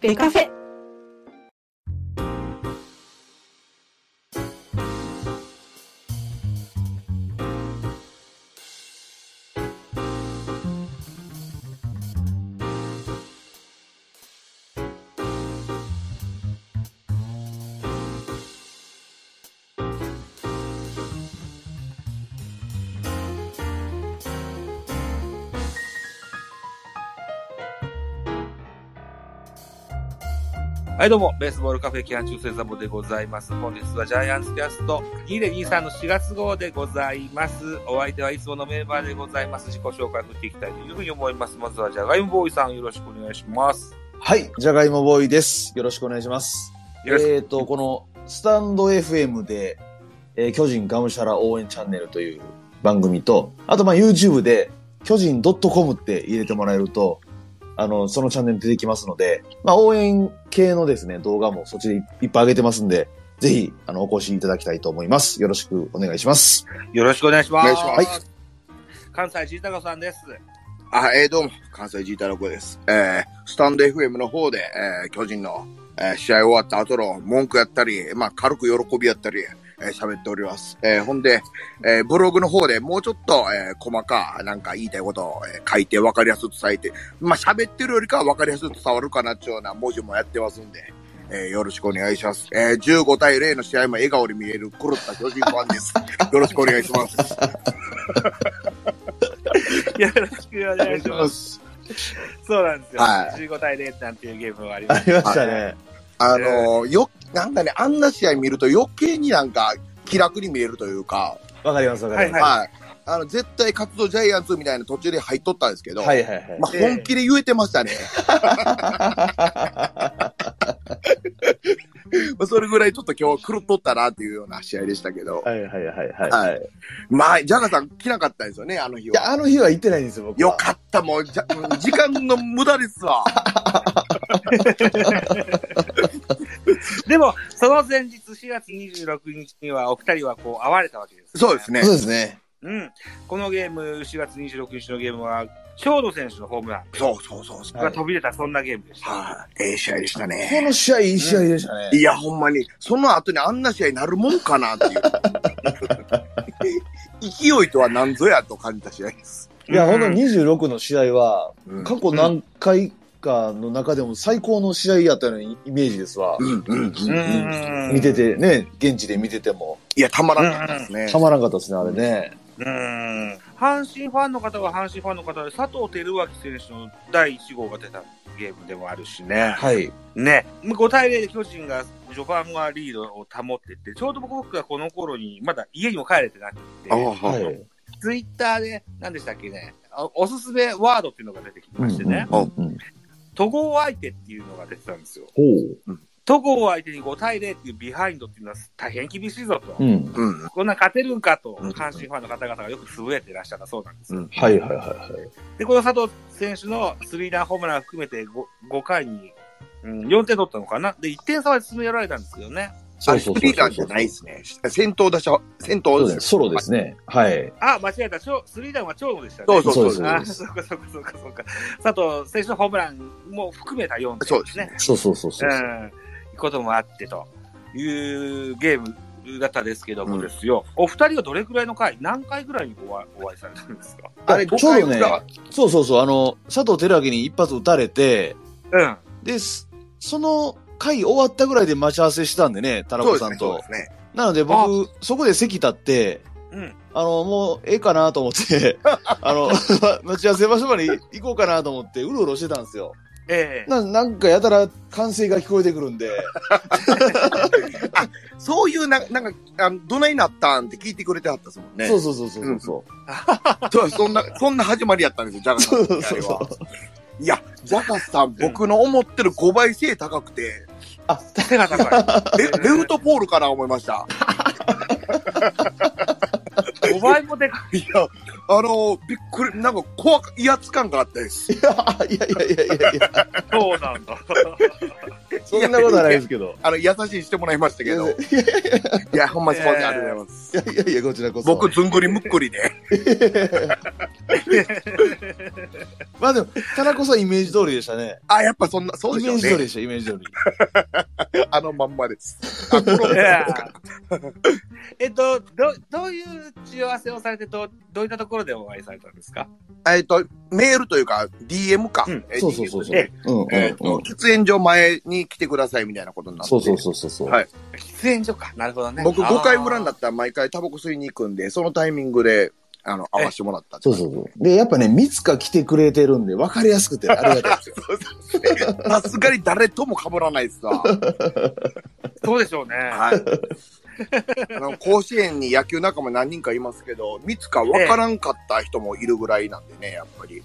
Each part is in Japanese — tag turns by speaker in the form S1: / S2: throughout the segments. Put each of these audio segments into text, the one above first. S1: ベカフェ。
S2: はい、どうも、ベースボールカフェキャン中世ザボでございます。本日はジャイアンツキャスト、ギーレ23の4月号でございます。お相手はいつものメンバーでございます。自己紹介を振っていきたいというふうに思います。まずはジャガイモボーイさん、よろしくお願いします。
S3: はい、じゃがいもボーイです。よろしくお願いします。
S2: よろしく。
S3: えっ、と、このスタンド FM で、えー巨人がむしゃら応援チャンネルという番組と、あとまあ YouTube で巨人 .com って入れてもらえると、あの、そのチャンネル出てきますので、まあ応援系のですね、動画もそっちでいっぱい上げてますんで、ぜひ、あの、お越しいただきたいと思います。よろしくお願いします。
S2: よろしくお願いします。。
S4: お願いします
S2: 関西ジータカさんです。
S4: あ、えー、どうも、関西ジータラコです。えー、スタンド FM の方で、えー、巨人の、えー、試合終わった後の文句やったり、まあ、軽く喜びやったり、えー、喋っております。えー、ほんで、えー、ブログの方でもうちょっと、えー、細か、なんか言いたいことを、えー書いて分かりやすく伝えて、まあ、喋ってるよりかは分かりやすく伝わるかなっていうような文字もやってますんで、えー、よろしくお願いします。えー、15対0の試合も笑顔で見える狂った巨人ファンです。よろしくお願いします。
S2: よろしくお願いします。
S3: す。
S2: そうなんですよ。
S4: はい
S2: 15対0なんていうゲームもありま
S3: あ
S2: す。
S3: りましたね。
S4: あのーよ、なんかね、あんな試合見ると余計になんか気楽に見えるというか、
S3: わかります、わかりま
S2: は
S4: はいい。あの、絶対活動ジャイアンツみたいな途中で入っとったんですけど、
S3: す。はいはいはい。
S4: まあ、本気で言えてました ね。まあそれぐらいちょっと今日狂っとったなっていうような試合でしたけど、
S3: はいはいはいはい。
S4: はい。まあ、ジャガさん来なかったんですよね、あの日
S3: いや、
S4: は。
S3: あの日は行ってないんですよ、僕は。
S4: よかった、もう、じゃ時間の無駄ですわ。
S2: でも、その前日4月26日にはお二人はこう、会われたわけです、
S4: そうですね
S3: そ。うですね。
S2: うん。このゲーム、4月26日のゲームは、ショード選手のホームラン
S4: そうそうそうそう。
S2: が飛び出た、そんなゲームでした。
S4: はい、ええ試合でしたね。
S3: この試合、いい試合でしたね。
S4: いや、ほんまに、その後にあんな試合になるもんかなっていう。 勢いとは何ぞやと感じた試合です。
S3: いや、
S2: うん
S3: ほんと26の試合は、
S4: うん
S3: 過去何回かの中でも最高の試合やったようなイメージですわ。
S4: うんうんうんうん。
S2: う
S3: 見て。てね、現地で見てても、
S4: いや、たまらなかったですね。
S3: たまらんかったですね、あれね。
S2: うん。阪神ファンの方は阪神ファンの方で、佐藤輝明選手の第1号が出たゲームでもあるしね。
S3: はい。
S2: ね。5対0で巨人が、序盤はリードを保ってて、ちょうど僕がこの頃に、まだ家にも帰れてなくて、
S4: ああ
S3: はい。
S2: ツイッターで、何でしたっけね、あおすすめワードっていうのが出てきましてね、
S3: うんうんうん
S2: 都合相手っていうのが出てたんですよ。
S3: ほ
S2: 戸郷を相手に5対0っていうビハインドっていうのは大変厳しいぞと。
S3: う。うん。
S4: うん。
S2: こんなん勝てるんかと、
S4: うん
S2: 阪神ファンの方々がよくつぶやいてらっしゃったそうなんですよ。
S4: うん
S3: はいはいはいはい。
S2: で、この佐藤選手のスリーランホームランを含めて 5, 5回に、うん、4点取ったのかなで、1点差は詰められたんですけどね。
S4: あれ、スリーランじゃないですね。先頭出した、先頭
S3: そう
S4: で
S3: ですす。ソロですね。はい。
S2: あ、間違えた。長スリーランは長野でしたね。
S4: そうそうそう
S3: そう
S2: あ、
S3: です
S2: そうかそうかそうかそうか。佐藤選手のホームランも含めた4点、
S4: そうですね。。
S3: そうそうそう
S2: う
S3: そう。
S2: ん。いうこともあってというゲームだったですけどもですよ。お二人はどれくらいの回、何回ぐらいにお会いお会いされたんですか
S4: あれ、
S3: ちょうどね
S4: 5回ぐらい
S3: そうそうそう、あの、佐藤輝明に一発撃たれて、
S2: うん。
S3: で、すその回終わったぐらいで待ち合わせしたんでね、田
S4: そ
S3: 中
S4: うです
S3: さん
S4: ね。
S3: と。
S4: そうですね。
S3: なので僕、そこで席立って、
S2: うん
S3: あの、もう、ええかなと思って、あの、待ち合わせ場所まで行こうかなと思って、うろうろしてたんですよ。
S2: ええ
S3: ななんかやたら歓声が聞こえてくるんで、
S4: そういうな、なんか、あのどないなったんって聞いてくれてはったですもんね。
S3: そううそうそうそう そ
S4: そう。そんな、そんな始まりやったんですよ、ジャガさん
S3: う。
S4: の
S3: そう
S4: 試合
S3: そう
S4: は。
S3: そう。
S4: いや、ジャガさん、僕の思ってる5倍背高くて、
S2: 背が高
S4: レレフトポールかな思いました。
S2: い。5倍もでか
S4: いや、あのーびっくり、なんか怖く、威圧感があったです。
S3: いやいやいやいやいやいや、
S2: い。そうなんだ。
S3: そんなことはないですけど。
S4: あの、優しいしてもらいましたけど。いや、ほんまにすいません、ありがとうございま
S3: い
S4: す。
S3: やいやいや、こちらこそ。
S4: 僕、ずんぐりむっくりで、
S3: まあでも、田中さんイメージ通りでしたね。
S4: あ、やっぱそんな、そう
S3: イ
S4: で
S3: メージ
S4: し
S3: 通
S4: ょ
S3: り
S4: うね。
S3: でした、イメージ通り。
S4: あのまんまです。あ、この
S2: いや えっと、ど、どういう打ち合わせをされて、ど、どういったところでお会いされたんですか
S4: えっと、メールというか、DM か。
S2: うん
S4: え
S3: そうそうそう
S4: DM
S3: そ
S4: で
S3: う。うん
S4: えっ
S3: うんうん。
S4: と、喫煙所前に来てくださいみたいなことになって。
S3: そうそうそうそうそう。
S4: はい
S2: 喫煙所か。なるほどね。
S4: 僕
S2: あー
S4: 5回村になったら毎回タバコ吸いに行くんで、そのタイミングで、あの、会わせてもらったって
S3: そうそうそう。で、やっぱね、三つか来てくれてるんで、分かりやすくてありがたいですよ。
S4: そうそうそうさすがに誰とも被ら ないですわ。
S2: そうでしょうね。
S4: はい。あの、甲子園に野球仲間何人かいますけど、三つか分からんかった人もいるぐらいなんでね、やっぱり。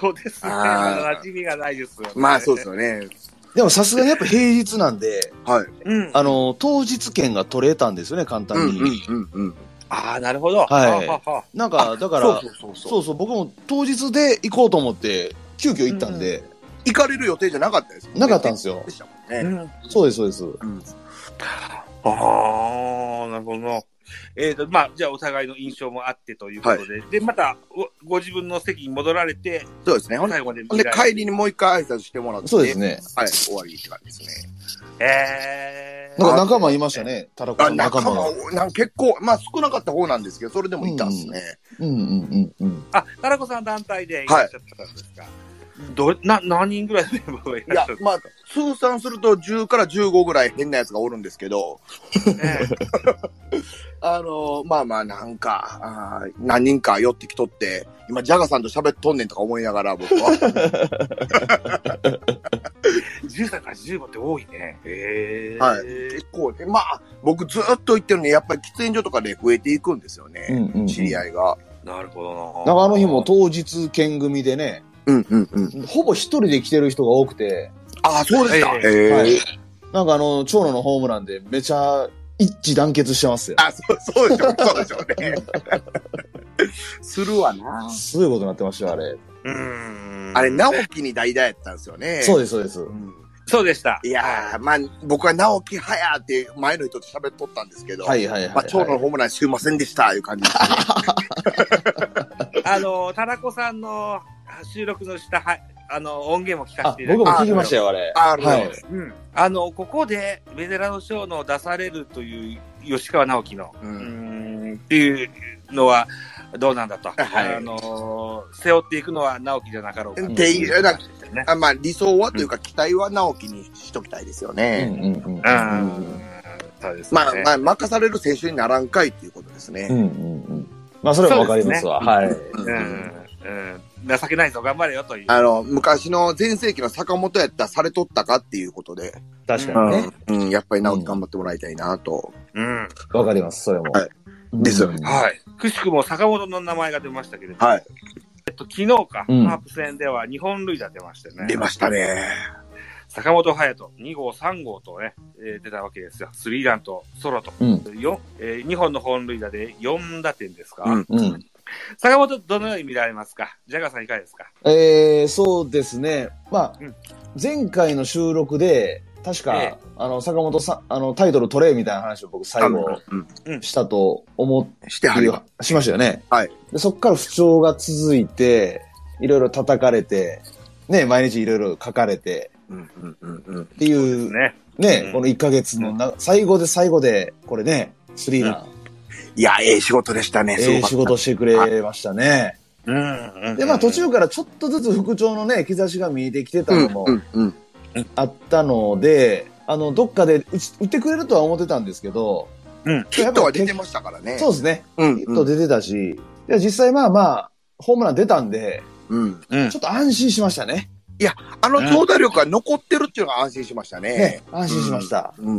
S2: そうですね。
S4: あー
S2: まだ馴染みがないですよね。
S4: まあそうですよね。
S3: でもさすがにやっぱ平日なんで、
S4: はい。
S2: うん。
S3: あの、当日券が取れたんですよね、簡単に。
S4: うんうん。
S2: ああ、なるほど。
S3: はい
S2: ははは
S3: なんか、だから、
S4: そうそうそうそ。
S3: そううそう、僕も当日で行こうと思って、急遽行ったんで、
S4: 行かれる予定じゃなかったですもんね。
S3: なかったんですよ
S4: で。したもん
S2: う
S4: ね。
S2: ん。
S3: そうです、そうです。
S4: うん。
S2: ああ、なるほど。えっ、と、まあ、じゃあお互いの印象もあってということで、で、またおご自分の席に戻られて、
S4: そうですね。ほんで
S2: 最後まで見
S4: ほんで
S2: られ
S4: 帰りにもう一回挨拶してもらって。
S3: そうです。ね。
S4: はい、終わりって感じですね。
S2: えー、
S3: なんか仲間いましたね、タラコ
S4: あ、
S3: さんの仲
S4: 仲間
S3: 間が。、
S4: なんか結構、まあ少なかった方なんですけど、それでもいたんですね。
S3: うんうんうんうん。
S2: あ、タラコさん団体でいらっしゃったんですか、ど、な、何人ぐらいのメンバーがい
S4: い
S2: らっ
S4: や
S2: しゃる、ん
S4: まあ、通算すると10から15ぐらい変なやつがおるんですけど、
S2: ですかね。
S4: あのーまあまあ、なんか、あー何人か寄ってきとって、今、ジャガさんと喋っとんねんとか思いながら、僕 は。
S2: 13から15って多いね。えー、
S4: はい結構ね、まあ、僕ずっと言ってるのに、やっぱり喫煙所とかで増えていくんですよ
S3: うん
S4: ね。
S3: うんうん、
S4: 知り合いが。
S2: なるほど
S3: な
S2: な。
S3: んかあの日も当日券組でね、
S4: うんうんうん。
S3: ほぼ一人で来てる人が多くて、
S4: ああ、そうでした。
S2: え
S4: ええ
S3: はいなんかあの、長野のホームランでめちゃ一致団結してますよ。
S4: あ、そう、そうでしょう、そうでしょうね。 するわな。
S3: すごいことになってましたよ、あれ。
S2: うーん。
S4: あれ、直樹に代打やったんですよね。
S3: そう
S4: で
S3: です、そうです。
S2: そうでした。
S4: いやー、まあ、僕は直樹はやって前の人と喋っとったんですけど、
S3: はいはいはい、
S4: まあ、長
S3: は
S4: 野の
S3: い。
S4: ホームランすいませんでした、いう感じです。
S2: あの、タラコさんの収録のした、はあの、音源も聞か
S3: あ
S2: せてい、ただ
S3: 僕
S2: き
S3: も
S2: ま
S3: 聞きましたよ、あれ。
S4: ある
S3: はい
S4: す。
S2: うん。あの、ここで、ベテランの賞の出されるという、吉川直樹の、
S4: う
S2: うー
S4: ん。
S2: ん、っていうのは、どうなんだと。
S4: はい
S2: あの、背負っていくのは直樹じゃなかろうか。
S4: っていうような、
S2: ね。
S4: あまあ理想はというか期待は直樹にしときたいですよ
S3: うん
S4: ね。
S3: うんうん。うん
S2: うん。そうですね。
S4: まあまあ、任される選手にならんかいっていうことです
S3: う
S4: ね。
S3: んうん。まあそれはわかりますわ。はい。
S4: うん
S2: うん。うん。情けないぞ、頑張れよという。
S4: あの、昔の前世紀の坂本やったらされとったかっていうことで、
S3: 確
S2: う
S3: かにね。
S4: うん、やっぱり直樹頑張ってもらいたいなと。
S2: うん。
S3: わかります、それも。
S4: はいですよね
S3: うん
S2: はい。くしくも坂本の名前が出ましたけれども、
S4: はい。
S2: えっと、昨日か、
S3: うん
S2: カープ戦では日本塁打出ましてね。
S4: 出ましたね。
S2: 坂本勇人、2号、3号とね、えー出たわけですよ。スリーランとソロと。
S3: うん。
S2: よえー、2本の本塁打で4打点ですか、
S4: うん
S3: うん。
S2: 坂本、どのように見られますかジャガーさん、いかがですか
S3: えー、そうですね。まあ
S2: うん、
S3: 前回の収録で、確か、
S2: ええ
S3: あの、坂本さん、あの、タイトル取れみたいな話を僕最後
S4: うん
S3: したと思
S4: しては
S3: っ
S4: り
S3: て
S4: は。、
S3: しましたよね。
S4: はい。
S3: でそっから不調が続いて、いろいろ叩かれて、ね、毎日いろいろ書かれて、
S4: うんうんうんうん。
S3: っていう、ね、
S2: ね。うん
S3: この1ヶ月のな、最後で最後で、これね、スリーラン、
S4: いや、ええ仕事でしたね。す
S3: ええ
S4: ごかっ
S3: 仕
S4: た
S3: 事してくれましたね。
S2: うん
S3: で、まあ途中からちょっとずつ復調のね、兆しが見えてきてたのも、
S4: うんうんうん。
S3: あったので、あの、どっかで打ち打ってくれるとは思ってたんですけど、
S2: うん
S4: ヒットは出て
S3: ま
S4: ましたからね。
S3: そうですね。
S4: うん
S3: ヒッ
S4: う
S3: ト
S4: ん。
S3: 出てたし、で実際まあまあ、ホームラン出たんで、
S4: うん。
S2: うん
S3: ちょっと安心しましたね。
S4: あの長打力が残ってるっていうのが安心しましたね
S3: ね。、安心しました。
S4: うん。
S2: う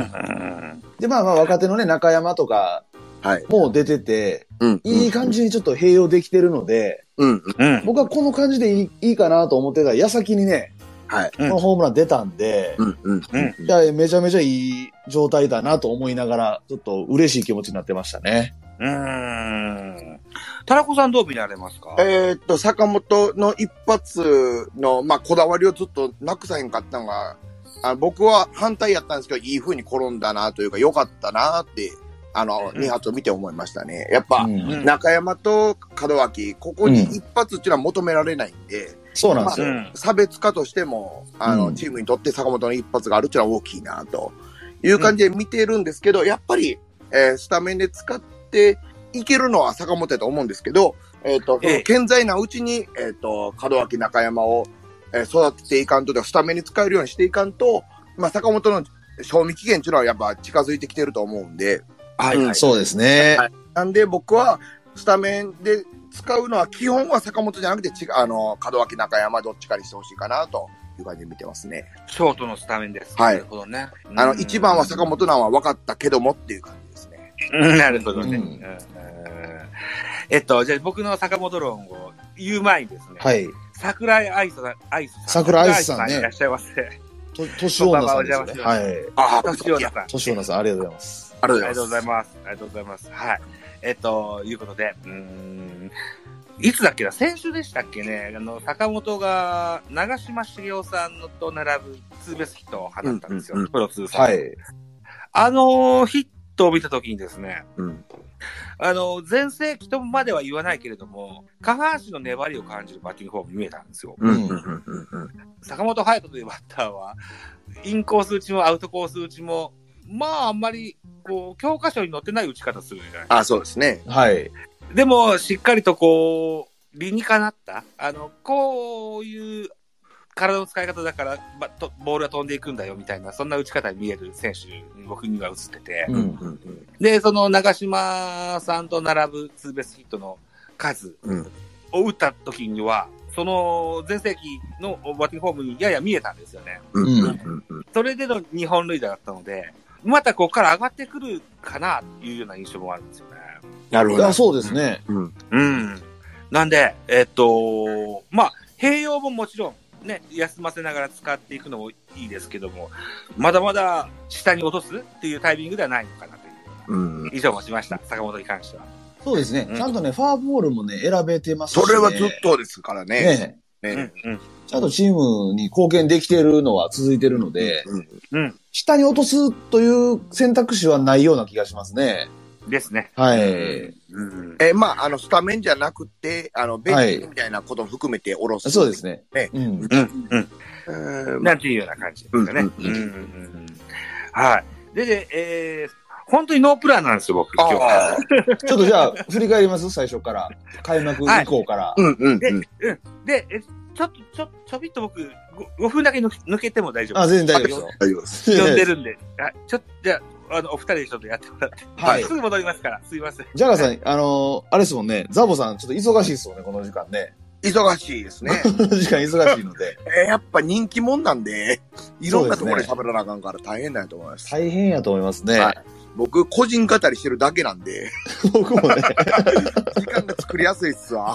S2: ん
S3: で、まあまあ、若手のね、中山とか、
S4: はい。
S3: もう出てて、
S4: うん。
S3: いい感じにちょっと併用できてるので、
S4: うん。
S2: うん
S3: 僕はこの感じでいいいいかなと思ってた矢先にね、
S4: はい。
S3: このホームラン出たんで、
S4: うん。うん。
S2: うん
S3: いや、めちゃめちゃいい状態だなと思いながら、ちょっと嬉しい気持ちになってましたね。
S2: うん。タラコさん、どう見られますか
S4: えーっと、坂本の一発の、まあ、こだわりをずっとなくさへんかったのが、あ僕は反対やったんですけど、いい風に転んだなというか、良かったなって、あの、2発を見て思いましたね。やっぱ、
S3: うん
S4: 中山と門脇、ここに一発っていうのは求められないんで、
S3: そうなんです
S2: う
S3: よ。
S2: ん。
S4: 差別化としても、あの、
S3: うん
S4: チームにとって坂本の一発があるっていうのは大きいな、という感じで見てるんですけど、やっぱり、えースタメンで使っていけるのは坂本やと思うんですけど、えっ、と、そ
S2: ええ
S4: の健在なうちに、えっ、と、門脇中山を、えー育てていかんとで、スタメンに使えるようにしていかんと、まあ、坂本の賞味期限っていうのはやっぱ近づいてきてると思うんで、
S2: はいはい。
S3: そうですね。
S4: なんで僕は、スタメンで使うのは基本は坂本じゃなくて、ちあの、門脇中山どっちかにしてほしいかなという感じで見てますね。
S2: ショートのスタメンです。
S4: はい
S2: なるほどね。
S4: あの、
S2: うん
S4: 一番は坂本なんは分かったけどもっていう感じですね。
S2: うんなるほどね。
S3: うん
S2: うんえっと、じゃあ僕の坂本論を言う前にですね、
S3: はい。
S2: 桜井愛さん、愛さん。
S3: 桜井愛さんね
S2: 桜いらっしゃいませ。
S3: と、年女さんですよね。
S2: まあまあお
S3: は
S2: 邪
S3: い。
S4: あ
S2: 年寄りさん。あ
S3: 年女さん、ありがとうございます。
S4: あり
S2: りが
S4: が
S2: とう
S4: とう
S2: ご
S4: ご
S2: ざ
S4: ざ
S2: い
S4: い
S2: ま
S4: ます。
S2: す。ありがとうございます。はい。えっと、いうことで、うーん。いつだっけな先週でしたっけねあの、坂本が、長嶋茂雄さんのと並ぶツーベースヒットを放ったんですよ。
S4: うんうんうん
S2: プロ通算。
S3: はい。
S2: あのヒットを見たときにですね、
S4: うん。
S2: あの、前世紀とまでは言わないけれども、下半身の粘りを感じるバッティングフォームに見えたんですよ。
S4: う
S3: う
S4: ん。
S3: ん
S4: うん。うん。
S2: 坂本隼人というバッターは、インコース打ちもアウトコース打ちも、まああんまり、こう、教科書に載ってない打ち方するじゃない
S4: あ、そうですね。
S3: はい。
S2: でも、しっかりとこう、理にかなった。あの、こういう体の使い方だから、ばとボールが飛んでいくんだよみたいな、そんな打ち方に見える選手に僕には映ってて。
S3: うん
S4: うん。
S2: で、その長嶋さんと並ぶツーベースヒットの数
S4: うん
S2: を打った時には、その前世紀のバッティングフォームにやや見えたんですよね。
S4: うん。
S3: うん
S4: うん。うん。
S2: それでの日本塁打だったので、またここから上がってくるかなというような印象もあるんですよね。
S4: なる
S3: い
S4: ほど
S3: や、。そうですね。
S4: うん。
S2: うん。なんで、えっと、まあ、併用ももちろん、ね、休ませながら使っていくのもいいですけども、まだまだ下に落とすっていうタイミングではないのかなという。
S4: うん。
S2: 以上もしました、坂本に関しては。
S3: そうですね
S2: う。ん
S3: ちゃんとね、ファーボールもね、選べてますし
S4: そ
S3: ね
S4: れはずっとですからね。
S3: ね。
S2: う
S4: ね
S2: ん、うん。
S3: ちゃんとチームに貢献できてるのは続いてるので、
S4: うん。
S3: 下に落とすという選択肢はないような気がしますね。
S2: ですね。
S3: はい。
S2: うん。
S4: え、まあ、あの、スタメンじゃなくて、あの、ベンチみたいなことも含めておろす。
S3: そうですね。
S4: ね
S3: うん。
S2: うん。うん。
S4: うん。
S2: なんていうような感じですかね。
S4: うんうんうん
S2: うんはい。で、で、えー、本当にノープランなんですよ、僕、今
S4: ああ
S2: 日。。
S3: ちょっとじゃあ、 振り返ります最初から。開幕以降から。
S4: うん。うん。うん。
S2: で、えちょっと、ちょ、ちょびっと僕、ご 5, 分だけ抜け抜けても大丈夫
S3: あ、全然大丈夫
S4: 大丈夫です。
S3: ですよ。
S2: 呼んでるんで、あちょっと、じゃあ、あの、お二人でちょっとやってもらって、
S3: はい
S2: す。ぐ戻りますから、すいません。
S3: ジャガーさん、あのーあれですもんね、ザボさん、ちょっと忙しいですよね、この時間ね。
S4: 忙しいですね。
S3: この時間忙しいので。
S4: えーやっぱ人気者なんで、いろんなところで喋らなあかんから大変だと思いま す。
S3: 大変やと思い ますね。
S4: はい僕、個人語りしてるだけなん で、
S3: 僕もね。
S4: 時間が作りやすいっ すわ。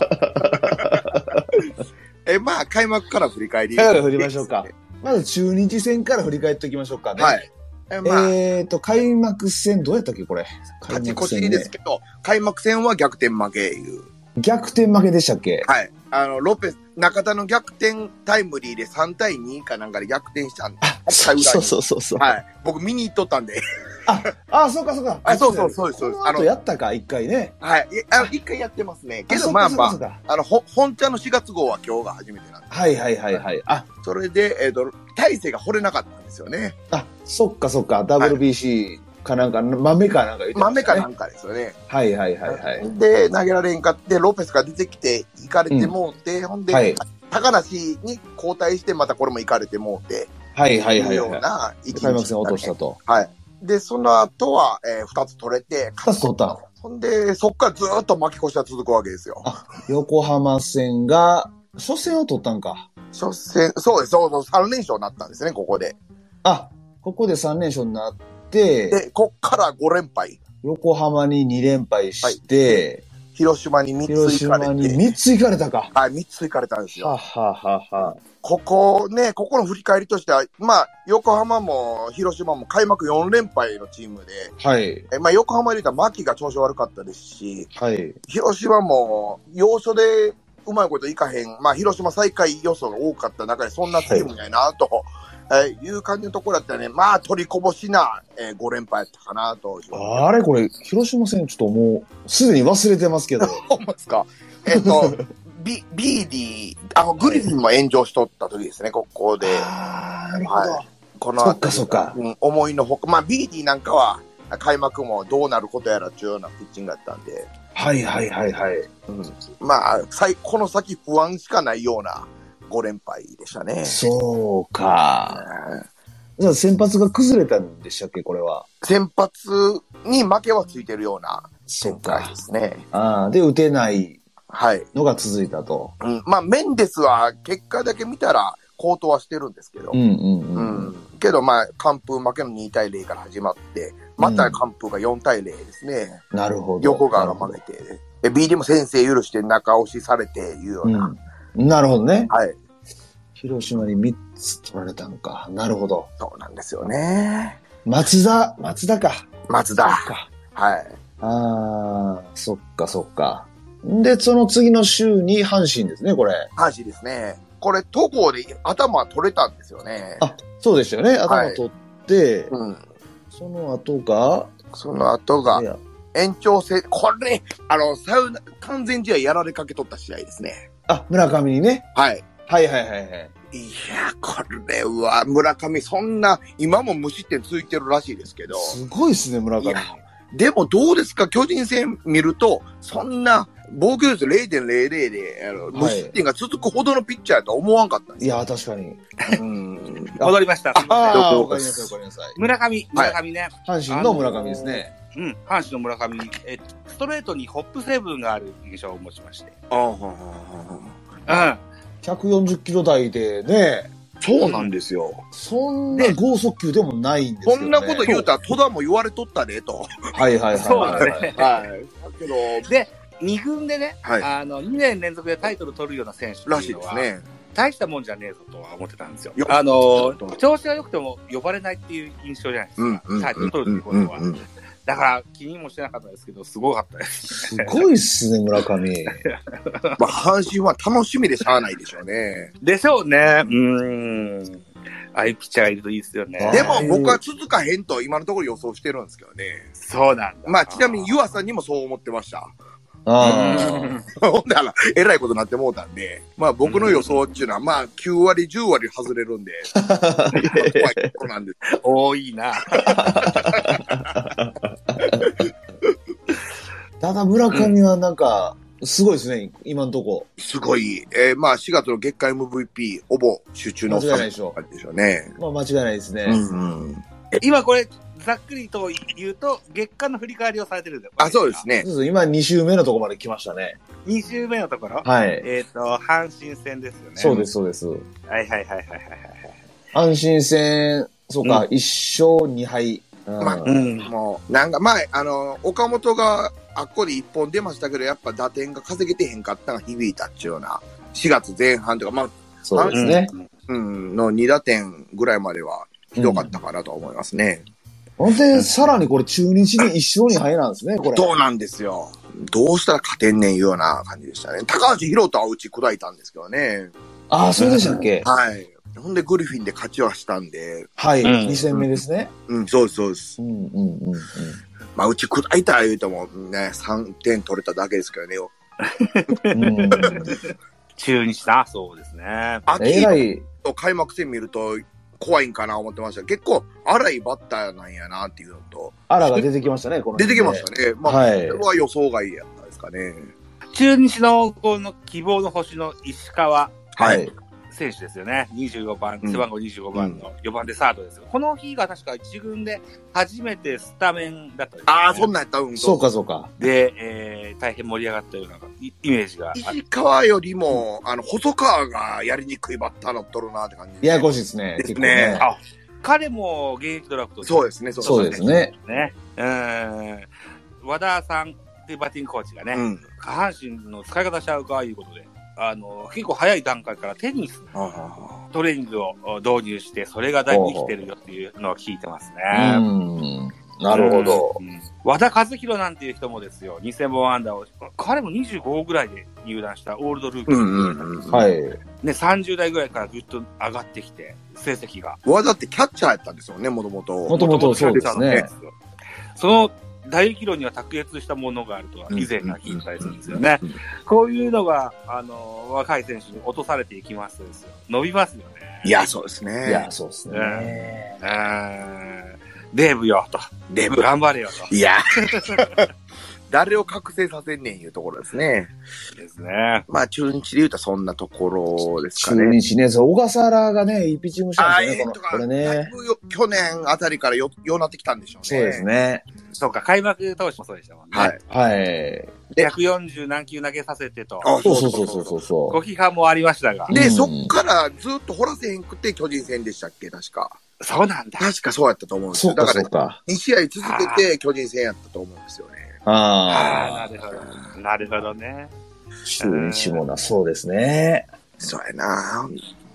S4: え、まあ、開幕から振り返り。
S3: 開幕から振りましょうか。まず中日戦から振り返っておきましょうかね。
S4: はい。え、まあ、
S3: えーと、開幕戦、どうやったっけ、これ。開
S4: 勝ち
S3: 幕
S4: 越
S3: 戦、
S4: し
S3: ね。
S4: ですけど、開幕戦は逆転負けいう。
S3: 逆転負けでしたっけ
S4: はい。あの、ロペス、中田の逆転タイムリーで3対2かなんかで逆転したんで。
S3: そう
S4: 最後
S3: そう
S4: だ
S3: そうそうそう。
S4: はい。僕見に行っとったんで。
S3: あ、そうかそうか。
S4: あそうそうそうです
S3: こ
S4: そう
S3: の
S4: ですあ
S3: 後
S4: の
S3: やったか、一回ね。
S4: はい。えあの、一回やってますね。け
S3: そ
S4: ど、
S3: う
S4: ま
S3: か
S4: あ
S3: そう
S4: ま
S3: か
S4: あ
S3: そう、か
S4: あの、ほ本茶の4月号は今日が初めてなんで。
S3: はいはいはいはい。あ、
S4: それで、えっ、と、大勢が惚れなかったんですよね。
S3: あ、そっかそっか。WBC かなんか、豆かなんか言ってま
S4: 豆
S3: したね
S4: かなんかですよね。
S3: はいはいはいはい。
S4: で、投げられんかって、ロペスが出てきて、行かれてもうて、ほんで、
S3: はい
S4: 高梨に交代して、またこれも行かれてもうて、
S3: はいはいはいいう
S4: よう
S3: はい。
S4: な一日
S3: 開幕戦落としたと。
S4: はい。で、その後は、えー、2つ取れて、
S3: 二つ取ったの
S4: ほんで、そっからずーっと巻き越しは続くわけですよ。
S3: 横浜戦が、初戦を取ったんか。
S4: 初戦、そうです、そうそう、3連勝になったんですね、ここで。
S3: あ、ここで3連勝になって、
S4: で、こっから5連敗。
S3: 横浜に2連敗して、
S4: 広島に3
S3: 広
S4: つ行か
S3: 島
S4: れ
S3: に
S4: て、
S3: 3つ行かれたか。
S4: はい、3つ行かれたんですよ。
S3: はははは。
S4: ここね、ここの振り返りとしては、まあ、横浜も広島も開幕4連敗のチームで、
S3: はい。
S4: えまあ、横浜入れたら牧が調子悪かったですし、
S3: はい。
S4: 広島も要所でうまいこといかへん、まあ、広島最下位予想が多かった中で、そんなチームやなと、えーいう感じのところだったらね、まあ、取りこぼしな、えー、5連敗やったかなと。
S3: あれこれ、広島戦ちょっともう、すでに忘れてます けど。
S4: 思いますか。え っ、と、ビビーディー、あの、グリフィンも炎上しとった時ですね、ここで。
S3: あーなるほど。
S4: はこの
S3: そ
S4: 辺
S3: っかそっか。
S4: うん、思いのほか、まあ、ビーディーなんかは、開幕もどうなることやら重要なピッチングだったんで、
S3: はいはいはいはい。
S4: まあ、最この先不安しかないような5連敗でしたね。
S3: そうか。じゃあ先発が崩れたんでしたっけ、これは。
S4: 先発に負けはついてるような
S3: そ
S4: 展開ですね。
S3: ああ、で、打てない
S4: はい。
S3: のが続いたと。
S4: うん、まあ、メンデスは結果だけ見たら、高騰はしてるんですけど、
S3: んうん
S4: うん。けど、まあ、完封負けの2対0から始まって、また完封が4対0ですね。
S3: なるほど。
S4: 横川が負けて、で B でも先生許して中押しされていうような、
S3: うん。なるほどね。
S4: はい。
S3: 広島に3つ取られたのか。なるほど。
S4: そうなんですよね。
S3: 松田、松田か。
S4: 松田。
S3: そっか。
S4: はい。
S3: ああ、そっかそっか。で、その次の週に阪神ですね、これ。
S4: 阪神ですね。これ、戸郷で頭取れたんですよね。
S3: あ、そうでしたよね。頭取って、
S4: うん。
S3: その後が、
S4: その後が
S3: い、や
S4: 延長戦、これ、あの、サウナ、完全試合やられかけとった試合ですね。
S3: あ、村上にね。
S4: はい。
S3: はいはいはいはい。
S4: いや、これは、村上、そんな、今も無失点続いてるらしいですけど、
S3: すごいですね、村
S4: い
S3: 上
S4: や。でもどうですか、巨人戦見ると、そんな、防御率0.00で、あの無失点が続くほどのピッチャーだと思わんかったんで
S3: い
S4: すよ。
S3: や、確かに。
S4: うん
S2: 戻りました。すいません
S3: ああ、
S4: ど
S3: わ
S4: こ
S3: かりなさい、わかりなさい。
S2: 村上、村上ね。
S3: 阪神の村上ですね。
S2: うん、阪神の村上、えストレートにホップ成分がある印象を持ちまして。
S4: ああ
S2: う
S3: 140キロ台でね、
S4: そうなんですよ。
S3: そんな剛速球でもないんです
S4: こ
S3: よ、ね。
S4: んなこと言うたら、戸田も言われとったで、と。
S3: はいはいはいはい。
S2: そうだね
S4: はい。だけど、
S2: ん。で、2軍でね、
S4: はい
S2: あの、2年連続でタイトル取るような選手って
S4: らし
S2: い
S4: いう
S2: の
S4: で
S2: は
S4: すね。
S2: 大したもんじゃねえぞとは思ってたんですよ。
S4: よ
S2: あの
S4: ちょっと、
S2: 調子が良くても呼ばれないっていう印象じゃないですか。
S4: うん、うん。
S2: タイトル取るってことは。
S4: うんうん
S2: だから気にもしてなかったですけど、すごかったです。
S3: すごいっすね、村上。
S4: まあ、阪神は楽しみでしゃあないでしょうね。
S2: でしょうね。うーん。ああいうピッチャーがいるといいですよね。
S3: はい
S4: でも僕は続かへんと今のところ予想してるんですけどね。
S2: そうなんだ。
S4: まあちなみに湯浅さんにもそう思ってました。
S3: あ
S2: うん
S3: あ。
S4: ほんなら、えらいことになってもうたんで、まあ僕の予想っていうのはまあ9割、10割外れる んで、怖いところなんです。
S2: 多いな。
S3: ただ村上はなんか、すごいですね、今んとこ。
S4: すごい、えーまあ4月の月間 MVP、ほぼ集中の
S3: 間違いないでしょ
S4: あれでしょうね。
S3: まあ間違いないですね。
S4: うんうん。
S2: 今これ、ざっくりと言うと、月間の振り返りをされてるんだよ。
S4: あ、そうです。ね
S3: そ。うそう今2周目のとこまで来ましたね。
S2: 2周目のところ、
S3: はい。
S2: えっ、と、阪神戦ですよね。
S3: そうです、そうです。
S2: す。はいはいはいはいはいはい。
S3: 阪神戦、そうか、
S2: う
S3: 1勝2敗。うん
S4: まあ
S2: うん。
S4: もう、なんか前、あの、岡本があっこで一本出ましたけど、やっぱ打点が稼げてへんかったのが響いたっちゅうような、4月前半とか、まあ
S3: そうですね。
S4: うん、の2打点ぐらいまではひどかったかなと思いますね。
S3: ほんで、さらにこれ中日に一勝に入なんですね、これ。
S4: そうなんですよ。どうしたら勝てんねんいうような感じでしたね。高橋宏斗はうち砕いたんですけどね。
S3: ああ、そうでしたっけ
S4: はい。ほんでグリフィンで勝ちはしたんで、
S3: は
S2: う
S3: い、
S2: ん
S3: 2戦目ですね。
S4: うん、そうです、そうです
S3: う。ん、うん、うん。うん
S4: まあ、うち砕いた言うてもね、3点取れただけですけどね。
S3: うん、
S2: 中日だ。そうですね。
S3: え
S4: 秋
S3: らい、
S4: と開幕戦見ると怖いんかな思ってました。結構荒いバッターなんやなっていうのと、
S3: アラが出てきましたね、この
S4: 出
S3: 辺
S4: て
S3: ね、
S4: きましたね。まあ、
S3: はい
S4: これ。は予想外やったですかね。
S2: 中日の、この希望の星の石川
S4: はい。。
S2: 選手ですよね。25番、
S4: うん
S2: 背番号25番の4番でサードですよ。この日が確か一軍で初めてスタメンだったんですよね
S4: ああ、そんなんやったうん。
S3: そうか、そうか。
S2: で、えー、大変盛り上がったようなイイメージがあって。
S4: 石川よりも、あの、細川がやりにくいバッターだったろうなって感じですね
S3: ややこしいですね。
S4: で
S3: 結
S4: すね
S3: 構ね。
S2: あ彼も現役ドラフトで
S4: そうですね、そう
S3: そうですね。
S2: ね。うん。和田さんっていうバッティングコーチがね、
S4: うん。
S2: 下半身の使い方しちゃうか、いうことで、あの、結構早い段階からテニス
S4: あ
S2: トレーニングを導入して、それが大事に生きてるよっていうのを聞いてます
S3: う
S2: ね。
S3: ん。なるほど。
S2: うん。和田和弘なんていう人もですよ、2000本安打を、彼も25ぐらいで入団したオールドルーキー、
S4: うんうんうん。
S3: はい。
S2: ね、30代ぐらいからぐっと上がってきて、成績が。
S4: わざってキャッチャーやったんですよね、もとも
S3: も
S4: と。
S3: ともとそうです
S2: 元々キャッチャーな
S3: ね
S2: ん。ですよ。その大議論には卓越したものがあるとは、以前から聞いたりするんですよね。こういうのが、あの、若い選手に落とされていきますとですよ。伸びますよね。
S4: いや、そうです
S3: いや
S4: ね、。
S3: そうです
S2: ね
S3: ね。
S2: うーん。デーブよ、と。
S4: デブ。
S2: 頑張れよ、と。
S4: いや。 誰を覚醒させんねんいうところですね。
S2: ですね。
S4: まあ、中日で言うとそんなところですか
S3: 中
S4: ね。
S3: 日ね、そう、小笠原がね、いいピッチングしたんですよね、
S4: ああええ
S3: こと
S4: か
S3: のこれ
S4: だ
S3: ね
S4: い。ぶよ去年あたりからよ、ようなってきたんでしょうね。
S3: そうです。ね。
S2: そうか、開幕投手もそうでしたもんね。
S4: はい。
S3: はい。
S4: で
S2: 140何球投げさせてと。
S4: あ
S3: そうそうそうそうそう
S2: ご
S3: そ
S2: 批判もありましたが。
S4: で、
S3: うん
S4: そっからずっと掘らせへんくて巨人戦でしたっけ確か。
S2: そうなんだ。
S4: 確かそうやったと思うん
S3: う。
S4: です
S3: そう
S4: よ。
S3: か、
S4: だか
S3: そ
S4: ら
S3: うか。
S4: 2試合続けて巨人戦やったと思うんですよね。
S2: ああ
S3: ああ。
S2: ー、なるほど。なるほどね。
S3: 中日もな、そうですね。
S4: そうやな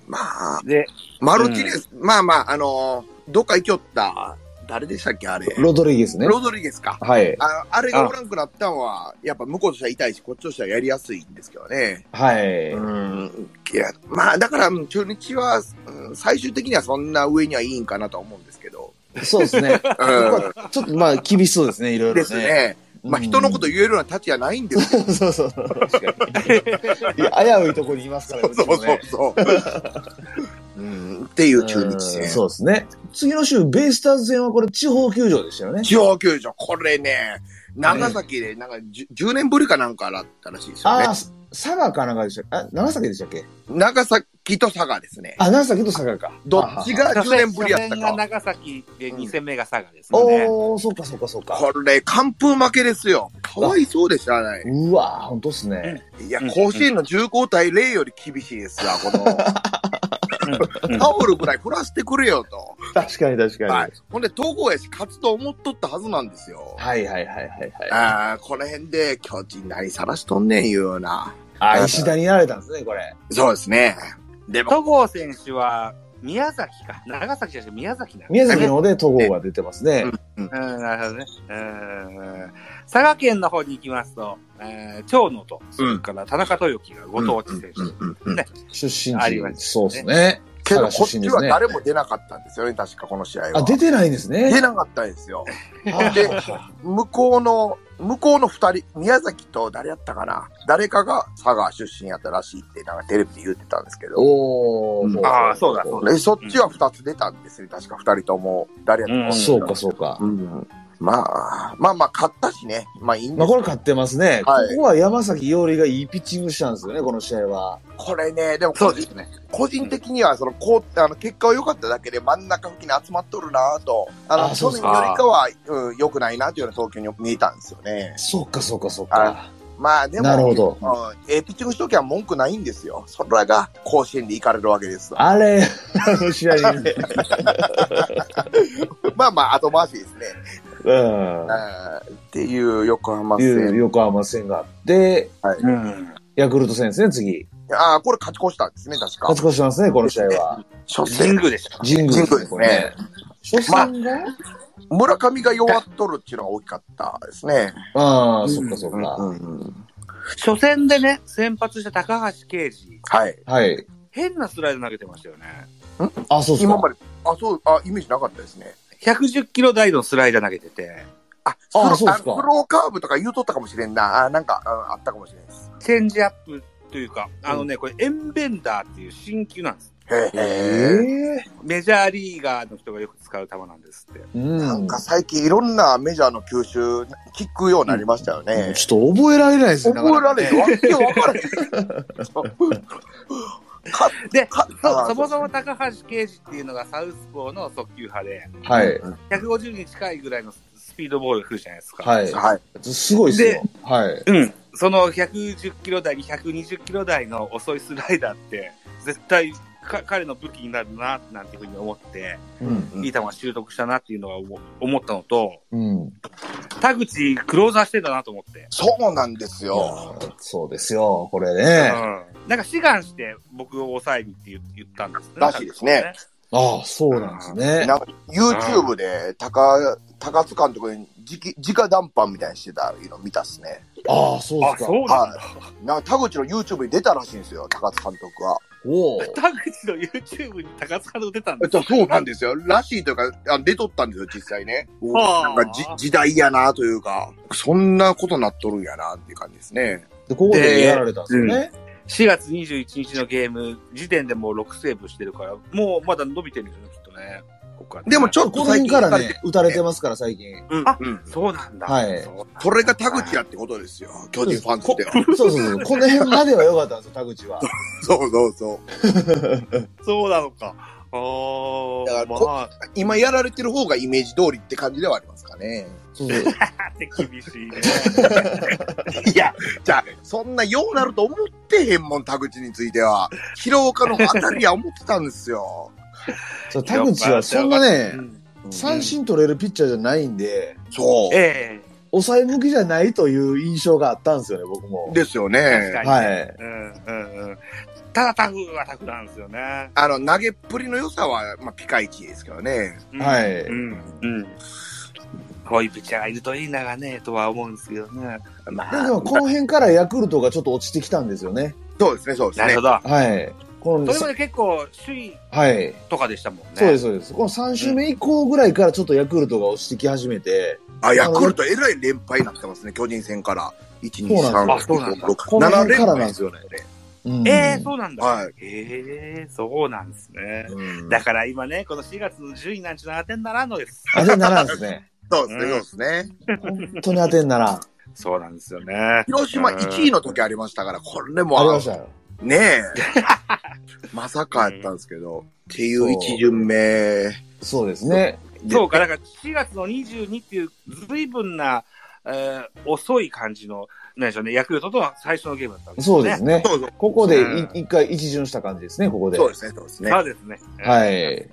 S4: まあ、
S2: で、
S4: マルティネス、まあまあ、あのーどっか行きよった、誰でしたっけあれ。
S3: ロドリゲスね。
S4: ロドリゲスか。
S3: はい。
S4: ああれがおらんくなったんは、やっぱ向こうとしては痛いし、こっちとしてはやりやすいんですけどね。
S3: はい。
S4: うん。いや、まあだから、うん中日は、うん最終的にはそんな上にはいいんかなとは思うんです けど。
S3: そうですね。
S4: う
S3: ちょっとまあ、厳しそうですね、いろい
S4: ん。で
S3: ろ
S4: す
S3: ね。
S4: ね。まあ人のこと言えるような立ちじゃないんですよ。
S3: うん。 そうそう。確かに。いや、危ういとこにいますからね。
S4: そう
S3: ちもね
S4: そうそう。うん、っていう中日
S3: うん
S4: 戦。
S3: そうですね。次の週、ベイスターズ戦はこれ地方球場でしたよね。
S4: 地方球場、これね、長崎で、なんかじゅ 10, 年ぶりかなんかだったらしいですよ
S3: あ
S4: ね
S3: あ。、佐賀かなんかでしたっけあ、長崎でしたっけ
S4: 長崎と佐賀ですね。
S3: あ、長崎と佐賀か。
S4: どっちが10年ぶりやった
S2: 初戦が
S4: か。
S2: 長崎で2戦目が佐賀ですよね。
S3: おー、そっかそっかそっか。
S4: これ、完封負けですよ。かわいそうでしたね。
S3: うわー、ほんとっすね。
S4: いや、
S2: うん
S4: 甲子園の15対0より厳しいですわ、この。
S2: うんうん
S4: タオルぐらい振らせてくれよと。
S3: 確かに確かに。
S4: は
S3: はいい。
S4: ほんで、東郷やし、勝つと思っとったはずなんですよ。
S3: はいはいはいはい。
S4: ああ、この辺で、巨人何さらしとんねん、いうような。
S3: あ、石田にやられたんですね、これ。
S4: そうですね。でも、
S2: 戸郷選手は宮崎か。長崎じゃなくて宮崎なんだ
S3: 宮崎の方で戸郷が出てますね。
S2: うん、なるほどね。うん。佐賀県の方に行きますと、えー、長野と、それから田中豊樹がご当地選手。
S4: うんうんうん
S2: ね
S3: 出身
S2: ありま
S3: 地。
S2: す
S3: そうですね。
S4: けど、こっ
S3: 佐賀
S4: ち
S3: 出身で
S4: は
S3: すね
S4: 誰も出なかったんですよね、確かこの試合は。
S3: あ、出てないんです
S4: 出
S3: ね。
S4: なかったんですよ。
S3: あ
S4: で向こうの、向こうの二人、宮崎と誰やったかな誰かが佐賀出身やったらしいって、なんかテレビで言ってたんですけど。
S3: お
S4: うん
S3: ー。
S2: あーそうだそう
S4: で、そっちは二つ出たんですよ、確か二人とも。誰やった
S2: だ
S4: か。
S3: そうかそうか。
S4: うん。まあ、まあまあ、勝ったしね。まあいいん
S3: ま
S4: で
S3: あ
S4: す
S3: こ
S4: け
S3: れ
S4: ど
S3: 勝ってますね。こ
S4: はい
S3: こは山崎伊織がいいピッチングしたんですよね、この試合は。
S4: これね、でも
S2: そ
S4: 個
S2: うで
S4: 人
S2: すね。
S4: 個人的には、その、こう、あの、結果は良かっただけで真ん中付近に集まっとるなぁと、あの、
S3: あそ
S4: 去
S3: うです
S4: 年
S2: か
S4: よりかは、うん、良くないなというような投球に見えたんですよね。
S3: そうかそうかそうか。
S4: まあでも、
S3: なるほど
S4: うん。ええピッチングしときは文句ないんですよ。それが甲子園で行かれるわけですわ。
S3: あれ、あの試合にね。
S4: まあまあ、後回しですね。
S3: うん。
S4: あーっていう横浜
S3: いう
S4: 戦。
S3: 横浜戦があって、
S2: うん。
S3: ヤクルト戦ですね、次。
S4: ああ、これ勝ち越したんですね、確か
S3: 勝ち。越してますね、この試合は。
S4: 初
S2: 神
S4: 戦、
S2: 宮でした。
S3: 神宮
S4: 神宮ですね。
S3: 初戦が、
S4: 村上が弱っとるっていうのが大きかったですね。
S3: ああ、そっかそっか。
S4: うんうん
S2: 初戦でね、先発した高橋奎二、
S4: はい。
S3: はい。
S2: 変なスライド投げてましたよね。
S3: あ、そうっす
S4: 今
S3: か
S4: ま。で、あ、そう、あ、イメージなかったですね。
S2: 110キロ台のスライダー投げてて、
S4: あ、スロー
S3: そうですか
S4: あスローカーブとか言うとったかもしれんな。あ、なんか、うんあったかもしれんです。
S2: チェンジアップというか、あのね、これ、エンベンダーっていう新球なんです。
S4: へ
S3: え
S4: え。
S2: メジャーリーガーの人がよく使う球なんですって。
S3: えうん。
S4: なんか最近いろんなメジャーの球種、聞くようになりましたよね。
S3: ちょっと覚えられないですね。
S4: 覚えられ
S3: な
S4: へ
S3: か
S4: ん。
S3: な
S4: わ
S3: かね
S4: けわからへん。
S2: で
S4: か
S2: そ
S4: あ
S2: そもそも高橋奎二っていうのがサウスポーの速球派で、
S3: はい。
S2: 150に近いぐらいのスピードボールが来るじゃないですか。
S3: は
S4: はい。
S3: い。すごいっすよ。はい。
S2: うん。その110キロ台に120キロ台の遅いスライダーって、絶対か彼の武器になるな、なんていうふうに思って、
S3: うん。
S4: うん
S2: いい球を習得したなっていうのは思思ったのと、
S3: うん。
S2: 田口クローザーしてたなと思って。
S4: そうなんです
S3: いや
S4: よ。
S3: そうですよ、これね。
S2: うん。なんか志願して僕を抑えにって言言ったんですね
S4: らしいですね。
S3: ああ、そうなんですね。
S4: なんか YouTube で高高津監督に直、直談判みたいにしてたの見たっすね。
S3: ああ、そうで
S2: あ、
S3: すか。
S2: そうなんだ。
S4: なんか田口の YouTube に出たらしいんですよ、高津監督は。
S3: おお。
S2: 田口の YouTube に高津監督出たん
S4: え
S2: で
S4: っ
S2: す
S4: と、そうなんですよ。らしいというか、あ出とったんですよ、実際ね。
S2: はあ
S4: なんかじ、時代やなというか、そんなことなっとるんやなっていう感じですね。
S3: で、ここでやられたんですよね。
S2: 4月21日のゲーム、時点でもう6セーブしてるから、もうまだ伸びてるんですよね、きっとね。ここからね
S4: でもち
S3: ち
S4: ょ
S3: ょ
S4: っ
S3: っと
S4: と
S3: この辺から
S4: 最近
S3: ね、打たれてますから、最近。
S4: うん。
S2: そうなんだ。
S3: はい
S2: そうなんだ
S4: それが田口やってことですよ。巨人ファンとしては。
S3: そうそうそう。この辺までは良かったんですよ、田口は。
S4: そうそうそう。
S2: そうなのか。あー
S4: だからこ
S2: まあ、
S4: 今やられてる方がイメージ通りって感じではありますかね。
S3: そうそう。
S2: って厳しいね。
S4: いや、じゃあ、そんなようなると思ってへんもん、田口については。広岡のあたりは思ってたんですよ。
S3: そう田口はそんなね
S2: う、ん
S3: 三振取れるピッチャーじゃないんで、
S4: そ
S2: ええ
S3: 抑え向きじゃないという印象があったんですよね、僕
S4: う。
S3: も。
S4: ですよ
S2: 確か
S4: ね。
S2: に。
S3: はい。
S2: うんうんうん。ただタフはタフなんですよね。
S4: あの、投げっぷりの良さは、まあ、ピカイチですけどね。
S2: うん
S3: はい
S2: うんうん。こういうピッチャーがいるといいながね、とは思うんですけどね。
S4: ま
S3: で
S4: あ、
S3: でも、この辺からヤクルトがちょっと落ちてきたんですよね。
S4: そうですね、そうです
S2: なる
S4: ね
S2: ほ。ど。
S3: はい。この、
S2: それまで結構、首位
S3: はい。
S2: とかでしたもんね。
S3: そうです、そうです。この3周目以降ぐらいからちょっとヤクルトが落ちてき始めて、
S4: あ、ヤクルトえらい連敗になってますね、巨人戦から。1、2、
S3: そうなん
S2: ですよあそうなん
S4: 3、4、
S2: だ
S4: 6、
S3: この
S4: 7
S3: 辺
S4: 連
S3: から
S4: 敗
S3: な
S4: なんん
S3: で
S4: ですす
S3: よ
S4: よ
S3: ね
S4: ね。
S3: うん
S2: ええそうなんだ。
S4: はい
S2: ええそうなんですね。
S4: うん
S2: だから今ね、この4月の順位なんちゅうのは当てにならんのです。
S3: 当てにならんですね。
S4: そうですね、そうですね。
S3: 本当に当てに ならん。
S2: そうなんですよね。
S4: 広島1位
S2: の。
S4: の時ありましたから、これも
S3: ありましたよ。
S4: ね え。まさかやったんですけど。っていう一巡目。
S3: そうですね。
S2: そうか、だから4月の22っていう、随分な、えー遅い感じの、なんでしょうね、ヤクルトとの最初のゲームだったんですね。
S3: そうですね。
S4: そうそう
S3: ここで
S2: うん
S3: い一回一巡した感じですね、ここで
S4: そ。うですね、そうですね。
S2: そうですね。
S3: はい。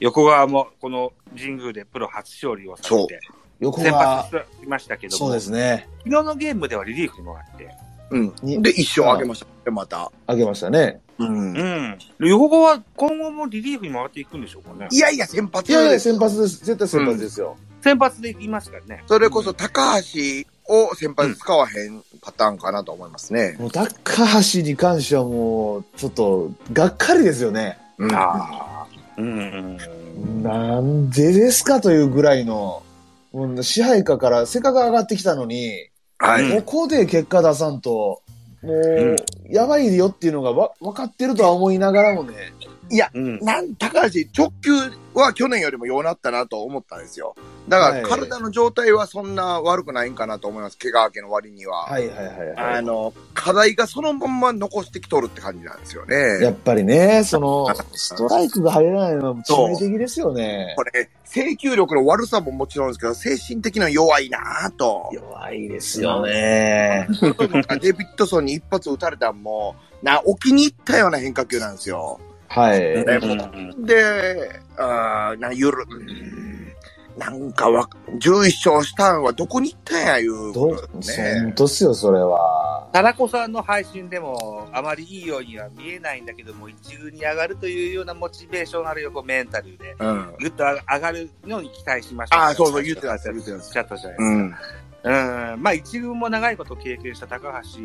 S2: 横川も、この神宮でプロ初勝利をされて、
S3: 横
S2: 先
S3: が
S2: 発、していましたけども、
S3: そうですね。
S2: 昨日のゲームではリリーフにもらって、
S4: うん。
S3: に
S4: で、一勝上げました。で、また。
S3: 上げましたね。
S4: うん
S2: う。ん。横川は今後もリリーフに回っていくんでしょうかね。
S4: いやいや、先発
S3: いやい
S4: で
S3: や、
S4: す
S3: 先発です。絶対先発ですよ。
S2: 先発でいますからね。
S4: それこそ高橋を先発使わへんパターンかなと思いますね。
S3: もう、高橋に関してはもう、ちょっと、がっかりですよね。
S4: うん。
S2: ああ。うんうん
S3: なんでですかというぐらいの、もう支配下から、せっかく上がってきたのに、
S4: はい。
S2: うん
S3: ここで結果出さんと、も
S2: うん
S3: う、やばいよっていうのがわ分かってるとは思いながらもね、
S2: うん。うん。
S4: なん、高橋、直球は去年よりもようなったなと思ったんですよ。だか
S3: はい
S4: ら、体の状態はそんな悪くないんかなと思います。怪我明けの割には。
S3: はいはいはいは
S4: あの、課題がそのまんま残してきとるって感じなんですよ
S3: い。や
S4: ね。
S3: っぱりね、その、ストライクが入らないのは致命的ですよね
S4: こ。れ、制球力の悪さももちろんですけど、精神的な弱いな ぁと。
S3: 弱いですよね。
S4: デビッドソンに一発打たれたんも、な、置きに行ったような変化球なんですよ。
S3: はい。
S4: ねもうで、あーな、ゆる、うんなんかわ、11勝したんはどこに行ったんや、いう
S3: ど、
S4: こと
S3: 本
S4: ですね。
S3: 当っすよ、それは。
S2: タラコさんの配信でも、あまりいいようには見えないんだけども、一軍に上がるというようなモチベーションあるよ、こうメンタルで。
S4: うん。
S2: ぐっと上がるのに期待しました。
S4: ああ、そうそう、言ってたんですよ、
S2: お
S4: 言ってたんで
S2: っ
S4: す
S2: しゃったじゃないですか。
S4: うん。
S2: うん、まあ一軍も長いこと経験した高橋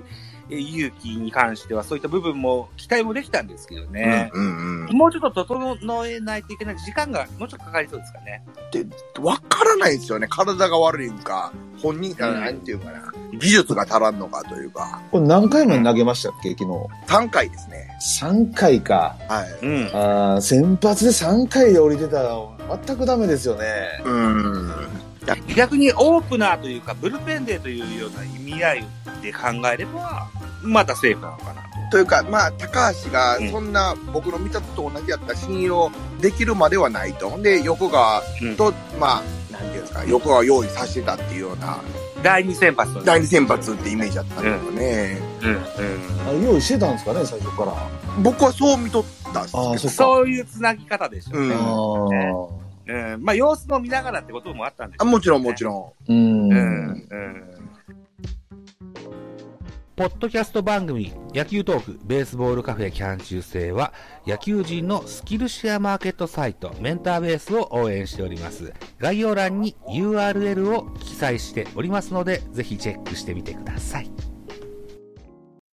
S2: え勇気に関しては、そういった部分も期待もできたんですけどね。
S4: うんうん。
S2: もうちょっと整えないといけない時間がもうちょっとかかりそうですかね。
S4: わからないんですよね。体が悪いんか、本人か、
S2: うん
S4: なんていうかな、技術が足らんのかというか、
S3: これ何回も投げましたっけ、昨日。
S4: 3回ですね。
S3: 3回か。
S4: はい。
S2: うん。
S3: あー先発で3回で降りてたら全くダメですよね。
S4: うん。
S2: 逆にオープナーというか、ブルペンデーというような意味合いで考えれば、またセーフなのかな
S4: というか、まあ、高橋が
S2: うん
S4: そんな僕の見たと同じやったら信用できるまではないと。ほんで、横川と、まあ、なんていうんですか、横川用意させてたっていうような、
S2: と。第二先発とね
S4: 第二先発ってイメージだったんだけどね。
S2: うん。
S3: あ用意してたんですかね、最初から。あ
S4: 僕はそう見とったんですけ
S3: あ
S2: う
S3: ー、そ
S4: ど
S2: ん。
S3: っか。
S2: そういうつなぎ方でしょうね。うん。まあ様子も見ながらってこともあったんでしょ
S4: あ
S2: うね
S3: 嗯
S4: もちろんもちろん。
S3: うん。
S2: うん。うん。ポッドキャスト番組野球トークベースボールカフェキャン中世は野球人のスキルシェアマーケットサイトメンターベースを応援しております。概要欄に URL を記載しておりますのでぜひチェックしてみてください。